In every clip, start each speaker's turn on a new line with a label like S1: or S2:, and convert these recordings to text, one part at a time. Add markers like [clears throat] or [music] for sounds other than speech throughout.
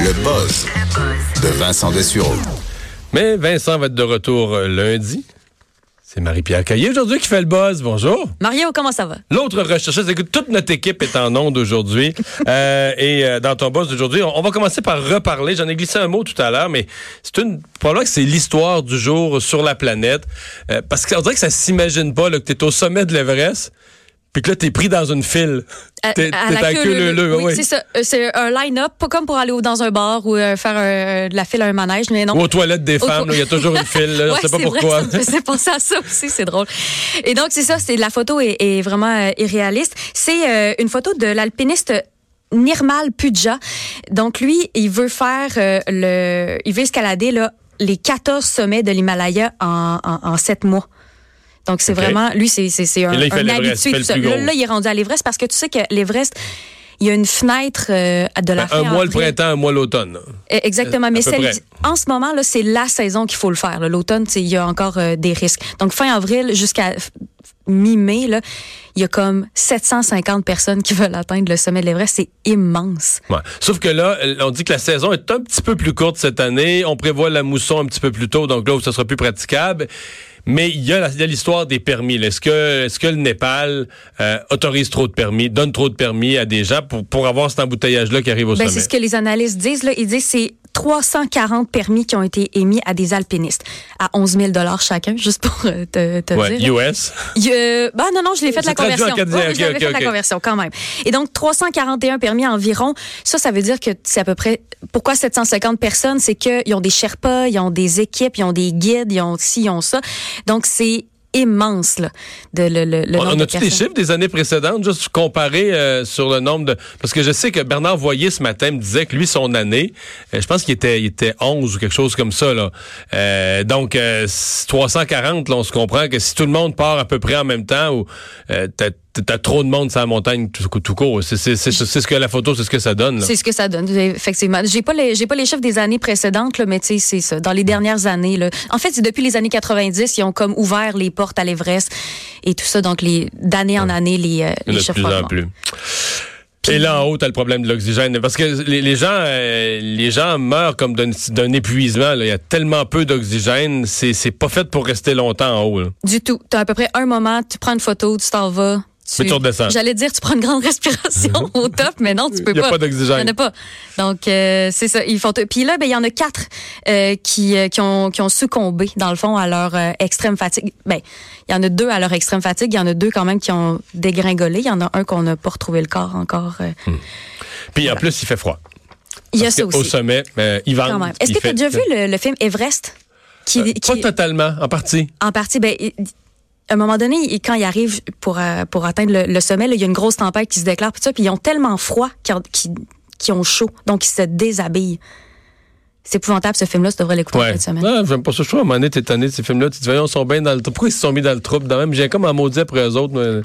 S1: Le buzz de Vincent Dessureau.
S2: Mais Vincent va être de retour euh, lundi. C'est Marie-Pierre Caillé aujourd'hui qui fait le buzz. Bonjour.
S3: Mario, comment ça va?
S2: L'autre rechercheuse, écoute, toute notre équipe est en
S3: [laughs]
S2: onde aujourd'hui. Euh, et euh, dans ton buzz d'aujourd'hui, on, on va commencer par reparler. J'en ai glissé un mot tout à l'heure, mais c'est une. Probablement que c'est l'histoire du jour sur la planète. Euh, parce qu'on dirait que ça s'imagine pas là, que tu es au sommet de l'Everest, puis que là, tu es pris dans une file.
S3: À,
S2: T'es-
S3: à
S2: t'es
S3: la
S2: à
S3: queue
S2: queue
S3: leu-
S2: leu,
S3: leu. Oui,
S2: oui.
S3: c'est ça. Euh, C'est un line-up, pas comme pour aller au- dans un bar ou euh, faire un- de la file à un manège, mais non.
S2: Ou aux toilettes des
S3: Au-
S2: femmes, là, il y a toujours une file. Là,
S3: [laughs] Ouais,
S2: on sait pas
S3: c'est vrai,
S2: pourquoi.
S3: ça me faisait penser à ça aussi, c'est drôle. Et donc, c'est ça, c'est la photo est, est vraiment euh, irréaliste. C'est euh, une photo de l'alpiniste Nirmal Pudja. Donc, lui, il veut faire euh, le. Il veut escalader, là, les 14 sommets de l'Himalaya en, en, 7 mois. Donc, c'est
S2: Ok.
S3: vraiment. Lui, c'est c'est- c'est un,
S2: Et là, il fait
S3: un
S2: l'Everest,
S3: habitué
S2: il fait
S3: de
S2: le
S3: ça.
S2: plus gros.
S3: Là, là, il est rendu à l'Everest parce que tu sais que l'Everest. Il y a une fenêtre euh, de la
S2: Ben,
S3: fin
S2: un mois le
S3: avril.
S2: printemps, un mois l'automne. là.
S3: Euh, Exactement,
S2: À
S3: mais
S2: peu
S3: celle-
S2: près.
S3: en ce moment là, c'est la saison qu'il faut le faire. là. L'automne, c'est- il y a encore euh, des risques. Donc fin avril jusqu'à f- mi-mai là, il y a comme 750 personnes qui veulent atteindre le sommet de l'Everest, c'est immense.
S2: Ouais. Sauf que là, euh, on dit que la saison est un petit peu plus courte cette année. On prévoit la mousson un petit peu plus tôt, donc là où ça sera plus praticable. Mais il y a la- il y a l'histoire des permis. là. Est-ce que, est-ce que le Népal euh, autorise trop de permis, donne trop de permis à des gens pour, pour avoir cet embouteillage-là qui arrive au
S3: Ben, c'est
S2: sommet?
S3: ce que les analystes disent là, ils disent c'est 340 permis qui ont été émis à des alpinistes à 11 000 dollars chacun, juste pour euh, te, te
S2: Ouais,
S3: dire.
S2: US.
S3: Il y a- ben non, non, je l'ai fait
S2: C'est
S3: la
S2: traduit en
S3: conversion.
S2: canadien,
S3: Ouais, ouais, je
S2: ok,
S3: l'avais
S2: ok,
S3: fait
S2: ok.
S3: la conversion quand même. Et donc, 341 permis environ. Ça, ça veut dire que c'est à peu près... Pourquoi 750 personnes? C'est qu'ils ont des Sherpas, ils ont des équipes, ils ont des guides, ils ont ci, ils ont ça. Donc, c'est immense, là, de, le, le, le
S2: On,
S3: nombre
S2: on
S3: de
S2: a-tu des
S3: personnes.
S2: chiffres des années précédentes, juste comparé euh, sur le nombre de... Parce que je sais que Bernard Voyer, ce matin, me disait que lui, son année, euh, je pense qu'il était, il était 11 ou quelque chose comme ça. Là. Euh, donc, euh, s- 340, là, on se comprend que si tout le monde part à peu près en même temps, ou euh, t'as t'as trop de monde sur la montagne tout, tout court. C'est c'est- c'est- c'est ce que la photo, c'est ce que ça donne. là.
S3: C'est ce que ça donne, effectivement. J'ai pas les, j'ai pas les chiffres des années précédentes, là, mais tu sais, c'est ça. Dans les dernières années, là. En fait, c'est depuis les années 90, ils ont comme ouvert les portes à l'Everest et tout ça. Donc, les, d'année en année, les, euh,
S2: Il y en
S3: les
S2: a de
S3: chiffres
S2: plus en
S3: augmentent.
S2: plus. Et là, en haut, t'as le problème de l'oxygène. Parce que les, les gens euh, les gens meurent comme d'un- d'un épuisement. là. Il y a tellement peu d'oxygène, c'est c'est pas fait pour rester longtemps en haut. là.
S3: Du tout. Tu as à peu près un moment, tu prends une photo, tu t'en vas. Tu,
S2: Mais tu redescends.
S3: J'allais dire, tu prends une grande respiration au top, mais non,
S2: [laughs]
S3: tu peux
S2: Il n'y a
S3: pas.
S2: pas
S3: Il y en
S2: d'oxygène.
S3: a pas. Donc, euh, c'est ça. Ils font Puis là, ben, il y en a quatre euh, qui, euh, qui, ont, qui ont succombé, dans le fond, à leur euh, extrême fatigue. Ben, il y en a deux à leur extrême fatigue. Il y en a deux quand même qui ont dégringolé. Il y en a un qu'on n'a pas retrouvé le corps encore. euh.
S2: Puis en plus, il fait froid.
S3: Il y a
S2: Parce
S3: ça
S2: que Au
S3: aussi.
S2: sommet, euh, il vente.
S3: Quand même. Est-ce
S2: il
S3: que tu as
S2: fait-
S3: déjà vu le, le film Everest? Qui,
S2: Euh,
S3: qui-
S2: Pas totalement, en partie.
S3: en partie, ben, il- à un moment donné, il- quand ils arrivent pour, euh, pour atteindre le, le sommet, là, il y a une grosse tempête qui se déclare, puis tout ça, puis ils ont tellement froid qu'ils ont, qu'ils- qu'ils ont chaud, donc ils se déshabillent. C'est épouvantable, ce film-là, tu devrais l'écouter
S2: Ouais.
S3: cette semaine.
S2: Non, j'aime pas ça. Je trouve à un moment donné, t'es tanné de ces films-là. Tu te dis, voyons, ils sont bien dans le trouble. Pourquoi ils se sont mis dans le trouble? Dans même, j'ai comme un maudit après eux autres.
S3: [laughs]
S2: mais-
S3: Même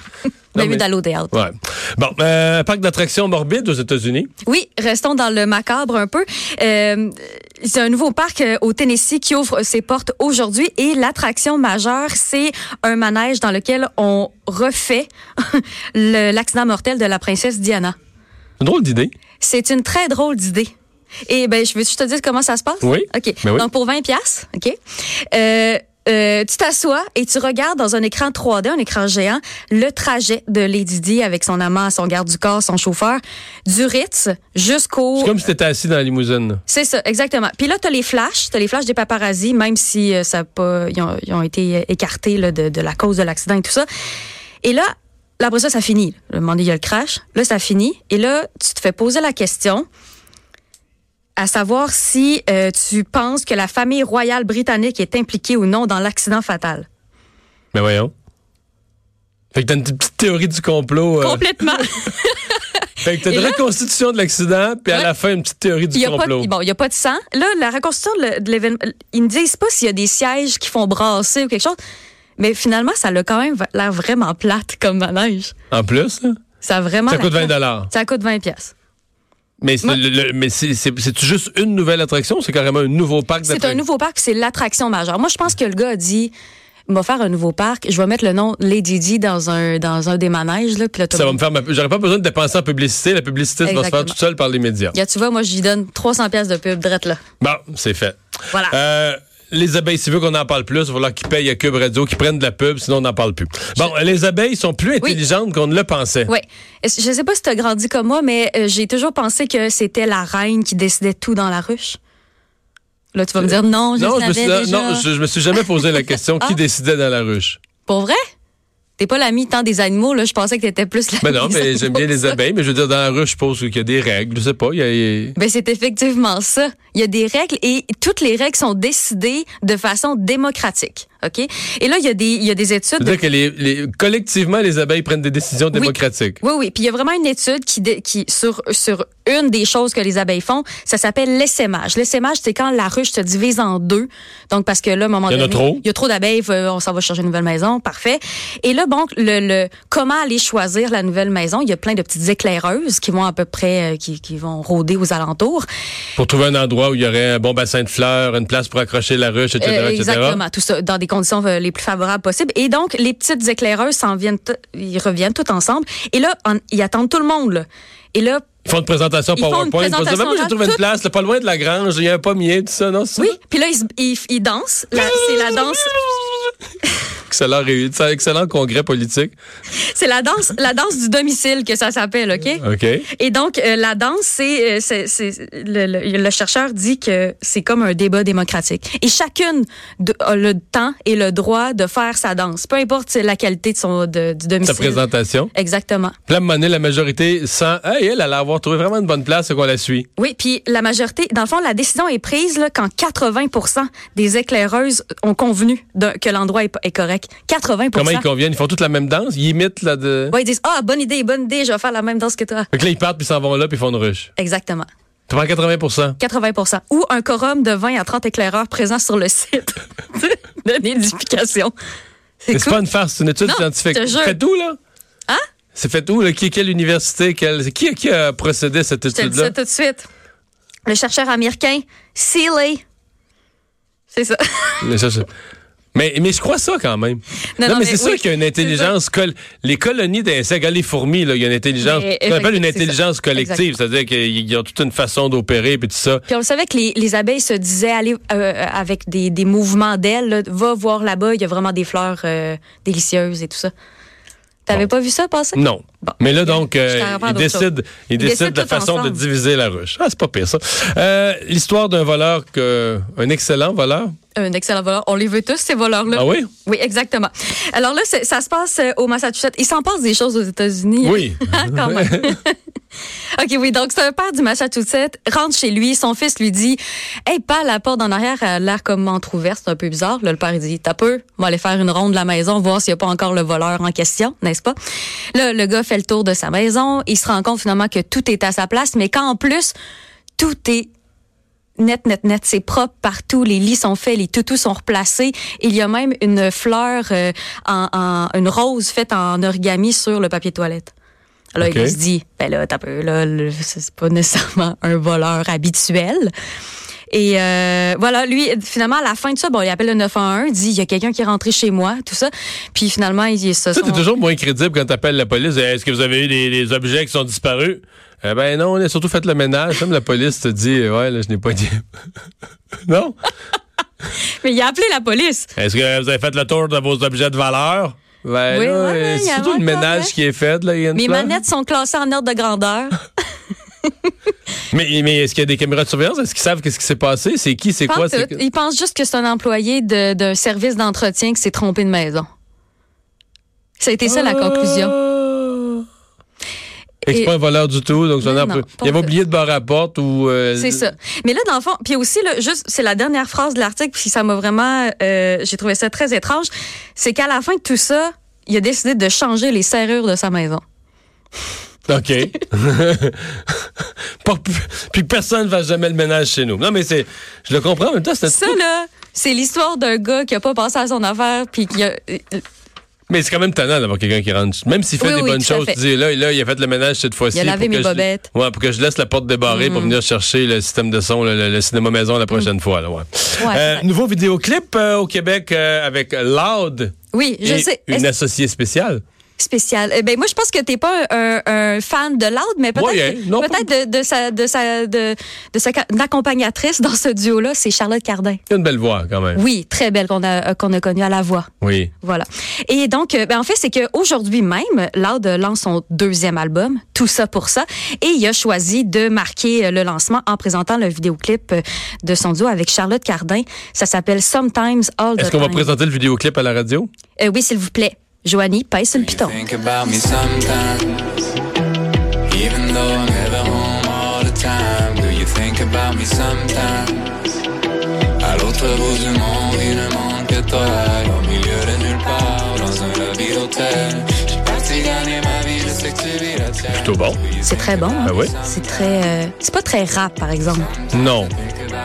S2: Non, mais-
S3: d'aller au théâtre.
S2: Ouais. Bon, euh, parc d'attractions morbide aux États-Unis.
S3: Oui, restons dans le macabre un peu. Euh, c'est un nouveau parc euh, au Tennessee qui ouvre ses portes aujourd'hui et l'attraction majeure, c'est un manège dans lequel on refait [laughs] le- l'accident mortel de la princesse Diana.
S2: Une drôle d'idée.
S3: C'est une très drôle d'idée. Et ben, je veux je te dire comment ça se passe.
S2: Oui.
S3: Ok.
S2: Ben oui.
S3: Donc pour 20 pièces, ok. Euh, euh, tu t'assois et tu regardes dans un écran 3D, un écran géant, le trajet de Lady Di avec son amant, son garde du corps, son chauffeur, du Ritz jusqu'au...
S2: C'est comme si t'étais assis dans la limousine.
S3: C'est ça, exactement. Puis là, tu as les flashs, tu as les flashs des paparazzis, même si euh, ça a pas, ils, ont, ils ont été euh, écartés là, de, de la cause de l'accident et tout ça. Et là, là, après ça, ça finit. Le moment donné, il y a le crash. Là, ça finit. Et là, tu te fais poser la question à savoir si euh, tu penses que la famille royale britannique est impliquée ou non dans l'accident fatal.
S2: Mais voyons. Fait que t'as une petite théorie du complot. euh,
S3: Complètement.
S2: Fait que t'as
S3: Et
S2: de
S3: là-
S2: la reconstitution de l'accident, puis à
S3: Ouais.
S2: la fin, une petite théorie
S3: Il
S2: du
S3: n'y a, pas de-
S2: complot.
S3: bon, il y a pas de sang. Là, la reconstruction de le- de l'événement, ils ne disent pas s'il y a des sièges qui font brasser ou quelque chose. Mais finalement, ça l'a quand même l'air vraiment plate comme manège.
S2: En plus, là,
S3: Ça a vraiment.
S2: ça
S3: la-
S2: coûte 20
S3: Ça coûte 20 piastres.
S2: Mais c'est
S3: Moi-
S2: le- le- mais c'est- c'est- c'est-tu juste une nouvelle attraction? ou C'est carrément un nouveau parc
S3: C'est un
S2: d'attractions.
S3: nouveau parc, c'est l'attraction majeure. Moi, je pense que le gars a dit il va faire un nouveau parc, je vais mettre le nom Lady Di dans un, dans un des manèges. Là, puis là, tout
S2: Ça
S3: le
S2: va
S3: monde-
S2: me faire ma... J'aurais pas besoin de dépenser en publicité. La publicité ça va se faire
S3: Exactement.
S2: toute seule par les médias.
S3: Regarde, tu vois, moi, je lui donne 300 piastres de pub, drette là.
S2: Bon, c'est fait.
S3: Voilà.
S2: Euh, les abeilles, si veut qu'on en parle plus, il va falloir qu'ils payent à Cube Radio, qu'ils prennent de la pub, sinon on n'en parle plus. Bon, les abeilles sont plus intelligentes qu'on ne le pensait.
S3: Oui. Je sais pas si tu as grandi comme moi, mais euh, j'ai toujours pensé que c'était la reine qui décidait tout dans la ruche. Là, tu vas me dire non, je
S2: Euh, non,
S3: le
S2: je me,
S3: savais
S2: suis,
S3: déjà.
S2: non, je, je me suis jamais posé la question qui
S3: Ah.
S2: décidait dans la ruche.
S3: Pour vrai? T'es pas l'ami tant des animaux, là. Je pensais que t'étais plus l'ami
S2: Ben
S3: [laughs]
S2: non,
S3: des
S2: mais j'aime bien
S3: animaux.
S2: les abeilles, mais je veux dire, dans la ruche, je suppose qu'il y a des règles, je sais pas, il y a- il y a...
S3: Ben, c'est effectivement ça. Il y a des règles et toutes les règles sont décidées de façon démocratique. OK? Et là, il y a des, il y a des études.
S2: C'est-à-dire que les, les- collectivement, les abeilles prennent des décisions
S3: Oui.
S2: démocratiques.
S3: Oui, oui. Puis il y a vraiment une étude qui, dé- qui sur, sur une des choses que les abeilles font, ça s'appelle l'essaimage. L'essaimage, c'est quand la ruche se divise en deux. Donc, parce que là, à un moment
S2: Il y en a
S3: donné,
S2: trop.
S3: il y a trop d'abeilles, faut- on s'en va chercher une nouvelle maison, parfait. Et là, bon, le, le- comment aller choisir la nouvelle maison? Il y a plein de petites éclaireuses qui vont à peu près, euh, qui, qui vont rôder aux alentours.
S2: Pour trouver un endroit où il y aurait un bon bassin de fleurs, une place pour accrocher la ruche, etc.
S3: Euh,
S2: etc.
S3: exactement, tout ça dans des conditions euh, les plus favorables possibles. Et donc, les petites éclaireuses s'en viennent, t- ils reviennent tout ensemble. Et là, en- ils attendent tout le monde. là. Et là,
S2: Ils font une présentation
S3: Ils font une
S2: PowerPoint. Ils font dire,
S3: présentation
S2: moi, j'ai trouvé une
S3: toute-
S2: place, là, pas loin de la grange, il y a un pommier, tout ça, non? c'est ça?
S3: oui, puis là, ils, se- ils, ils dansent. La- C'est la danse,
S2: Excellent, réu- c'est un excellent congrès politique.
S3: c'est la danse, la danse du domicile que ça s'appelle, ok?
S2: OK.
S3: Et donc, euh, la danse, c'est, euh, c'est, c'est- le, le- le chercheur dit que c'est comme un débat démocratique. Et chacune de- a le temps et le droit de faire sa danse, peu importe la qualité de son de- du
S2: Sa
S3: domicile.
S2: présentation.
S3: Exactement.
S2: Puis là, à un moment donné, la majorité sent, hey, elle, elle allait avoir trouvé vraiment une bonne place, c'est qu'on la suit.
S3: Oui, puis la majorité, dans le fond, la décision est prise là, quand 80 des éclaireuses ont convenu d'un- que l'endroit est, est correct. 80
S2: Comment ils conviennent? Ils font toute la même danse? Ils imitent, là, de.
S3: Ouais, ils disent Ah, bonne idée, bonne idée, je vais faire la même danse que toi.
S2: Fait que là, ils partent, puis ils s'en vont là, puis ils font une ruche.
S3: Exactement.
S2: Tu prends 80
S3: 80 Ou un quorum de 20 à 30 éclaireurs présents sur le site [laughs] de nidification.
S2: Mais
S3: C'est
S2: C'est
S3: cool.
S2: pas une farce, c'est une étude
S3: Non,
S2: scientifique.
S3: je te jure.
S2: Fait tout, là?
S3: Hein?
S2: C'est fait où, là? Qui, quelle université? Quelle... Qui, qui a procédé à cette
S3: Je te le dis ça
S2: étude-là?
S3: tout de suite. Le chercheur américain, Seeley. C'est ça.
S2: Mais, ça, ça- mais, mais je crois ça quand même.
S3: Non,
S2: Non,
S3: non, mais
S2: mais, c'est sûr
S3: oui,
S2: qu'il y a une
S3: c'est
S2: intelligence. col- Les colonies d'insectes, regarde les fourmis, là, il y a une intelligence.
S3: Mais
S2: Ce qu'on appelle une
S3: effectivement,
S2: intelligence
S3: c'est ça.
S2: collective, c'est-à-dire qu'ils ont toute une façon d'opérer, puis tout ça.
S3: [laughs] Puis on le savait que les, les abeilles se disaient aller euh, avec des, des mouvements d'ailes, là, va voir là-bas, il y a vraiment des fleurs euh, délicieuses et tout ça. T'avais
S2: Bon.
S3: pas vu ça passer?
S2: Non.
S3: Bon.
S2: Mais là, donc, euh,
S3: Je t'apprends
S2: ils,
S3: d'autres choses.
S2: décident, ils,
S3: Ils
S2: décident
S3: décident
S2: de la
S3: tout
S2: façon de
S3: ensemble.
S2: diviser la ruche. Ah, c'est pas pire, ça. Euh, L'histoire d'un voleur, que, un excellent voleur.
S3: Un excellent voleur. On les veut tous, ces voleurs-là.
S2: Ah oui?
S3: Oui, exactement. Alors là, c'est- ça se passe euh, au Massachusetts. Il s'en passe des choses aux États-Unis. [laughs]
S2: Oui.
S3: Hein, quand même. OK, oui. Donc, c'est un père du Massachusetts, rentre chez lui. Son fils lui dit Hey, pas la porte en arrière a l'air comme entrouverte. C'est un peu bizarre. Là, le père il dit T'as peu On va aller faire une ronde de la maison, voir s'il n'y a pas encore le voleur en question, n'est-ce pas Là, le gars fait le tour de sa maison. Il se rend compte finalement que tout est à sa place, mais qu'en plus, tout est net, net, net. C'est propre partout. Les lits sont faits, les toutous sont replacés. Il y a même une fleur, euh, en, en- une rose faite en origami sur le papier toilette. Alors,
S2: Ok.
S3: il se dit, ben là, t'as peu, là, le- c'est pas nécessairement [laughs] un voleur habituel. Et euh, voilà, lui, finalement, à la fin de ça, bon, il appelle le 911, dit, il y a quelqu'un qui est rentré chez moi, tout ça. Puis finalement, il se
S2: Ça, t'es
S3: sont-
S2: toujours moins crédible quand t'appelles la police. Eh, Est-ce que vous avez eu des, des objets qui sont disparus? Eh ben non, on a surtout fait le ménage. Comme la police te dit, eh, ouais, là, je n'ai pas dit. [laughs] non?
S3: [laughs] Mais il a appelé la police.
S2: Est-ce que vous avez fait le tour de vos objets de valeur? Ben
S3: Oui,
S2: là,
S3: ouais,
S2: eh,
S3: ouais, y
S2: c'est
S3: a
S2: surtout le
S3: encore,
S2: ménage
S3: ouais.
S2: qui est fait. Là, il y a une
S3: Mes
S2: place.
S3: manettes sont classées en ordre de grandeur.
S2: Mais, mais est-ce qu'il y a des caméras de surveillance? Est-ce qu'ils savent qu'est-ce qui s'est passé? C'est qui? C'est
S3: Pas
S2: quoi?
S3: tout.
S2: C'est...
S3: Il pense juste que c'est un employé de- d'un service d'entretien qui s'est trompé de maison. Ça a été ça
S2: Euh.
S3: la conclusion.
S2: Ah. Fait que c'est
S3: Et-
S2: pas un voleur du tout, donc j'en ai
S3: Non,
S2: un peu.
S3: non,
S2: Il avait
S3: pas
S2: oublié de barrer la porte ou. euh,
S3: C'est ça. Mais là, dans le fond, puis aussi, là, juste, c'est la dernière phrase de l'article, puis ça m'a vraiment, euh, j'ai trouvé ça très étrange, c'est qu'à la fin de tout ça, il a décidé de changer les serrures de sa maison.
S2: OK. [laughs] Pas pu- puis personne ne va jamais le ménage chez nous. Non, mais c'est. Je le comprends en même temps. c'est-
S3: Ça, là, c'est l'histoire d'un gars qui a pas passé à son affaire, puis qui a. euh,
S2: Mais c'est quand même tannant d'avoir quelqu'un qui rentre. Même s'il fait
S3: Oui,
S2: des
S3: oui,
S2: bonnes
S3: tout à
S2: choses,
S3: fait.
S2: tu dis, là, là, il a fait le ménage cette fois-ci.
S3: Il a lavé
S2: pour que
S3: mes
S2: je-
S3: bobettes. Mm.
S2: Ouais, pour que je laisse la porte débarrée pour venir chercher le système de son, le, le- le cinéma maison la prochaine fois. Là, ouais. Euh,
S3: peut-être.
S2: nouveau vidéoclip euh, au Québec euh, avec Loud.
S3: Oui, je
S2: et
S3: sais.
S2: Une
S3: Est-ce-
S2: associée spéciale.
S3: spécial. Eh ben moi je pense que t'es pas un, un- un fan de Loud, mais peut-être
S2: Moyen, non,
S3: peut-être de, de sa de sa de, de sa ca- accompagnatrice dans ce duo là, c'est Charlotte Cardin.
S2: Une belle voix, quand même.
S3: Oui, très belle qu'on a euh, qu'on a connue à la voix.
S2: Oui.
S3: Voilà. Et donc, euh, ben, en fait, c'est qu'aujourd'hui même, Loud lance son deuxième album, Tout ça pour ça, et il a choisi de marquer euh, le lancement en présentant le vidéoclip euh, de son duo avec Charlotte Cardin. Ça s'appelle Sometimes All the
S2: Est-ce qu'on va
S3: Time.
S2: présenter le vidéoclip à la radio?
S3: Euh, oui, s'il vous plaît. Joanie, pèse sur le piton.
S4: Think about me sometimes. Even though I'm never home all the time. Do you think about me sometimes? À l'autre bout du monde, il ne manque que toi. Au milieu de nulle part, dans un lobby d'hôtel. Je suis parti gagner ma vie, je sais que tu vis la tienne.
S2: Plutôt bon.
S3: C'est très bon. hein?
S2: Ah oui?
S3: C'est très. euh, c'est pas très rap, par exemple.
S2: Non.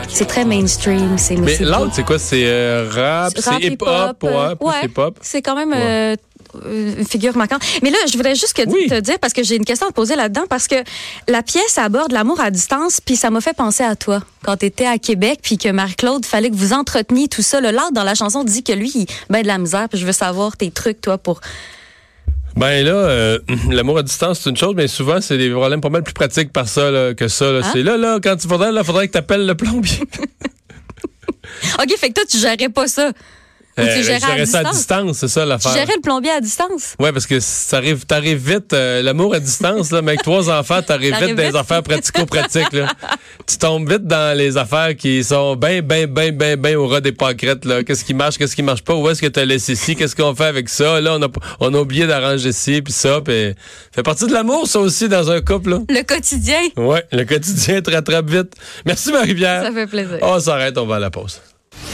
S3: C'est très mainstream. C'est
S2: Mais
S3: c'est
S2: Loud,
S3: beau.
S2: c'est quoi? C'est euh, rap,
S3: Rap,
S2: c'est hip-hop,
S3: euh,
S2: ouais, plus
S3: ouais.
S2: hip-hop.
S3: C'est quand même euh, une figure marquante. Mais là, je voudrais juste que
S2: Oui.
S3: te dire parce que j'ai une question à te poser là-dedans parce que la pièce aborde l'amour à distance puis ça m'a fait penser à toi quand tu étais à Québec puis que Marc-Claude fallait que vous entreteniez tout ça. Le Loud dans la chanson dit que lui, il ben de la misère puis je veux savoir tes trucs toi pour.
S2: Ben là, euh, [clears throat] l'amour à distance, c'est une chose, mais souvent, c'est des problèmes pas mal plus pratiques par ça là, que ça. là.
S3: Hein?
S2: C'est là, là, quand il faudrait, là, faudrait que t'appelles le
S3: [laughs]
S2: plombier.
S3: Ok, fait que toi tu gérais pas ça. Ou
S2: Euh,
S3: tu gérais
S2: je dirais
S3: à
S2: ça à
S3: distance.
S2: distance, c'est ça
S3: Tu
S2: l'affaire.
S3: gérais le plombier à distance.
S2: Ouais, parce que ça arrive, t'arrives vite, euh, l'amour à distance, là, mais
S3: [laughs]
S2: avec trois enfants, t'arrives
S3: T'arrives
S2: vite dans les
S3: vite.
S2: affaires pratico-pratiques, là. Tu tombes vite dans les affaires qui sont ben, ben, ben, ben, ben au ras des pâquerettes, là. Qu'est-ce qui marche, qu'est-ce qui marche pas, où est-ce que t'as laissé ici, qu'est-ce qu'on fait avec ça, là, on a, on a oublié d'arranger ci, puis ça, puis fait partie de l'amour, ça aussi, dans un couple, là.
S3: Le quotidien.
S2: Ouais, le quotidien te rattrape vite. Merci, Marie-Pierre.
S3: Ça fait plaisir.
S2: On s'arrête, on va à la pause.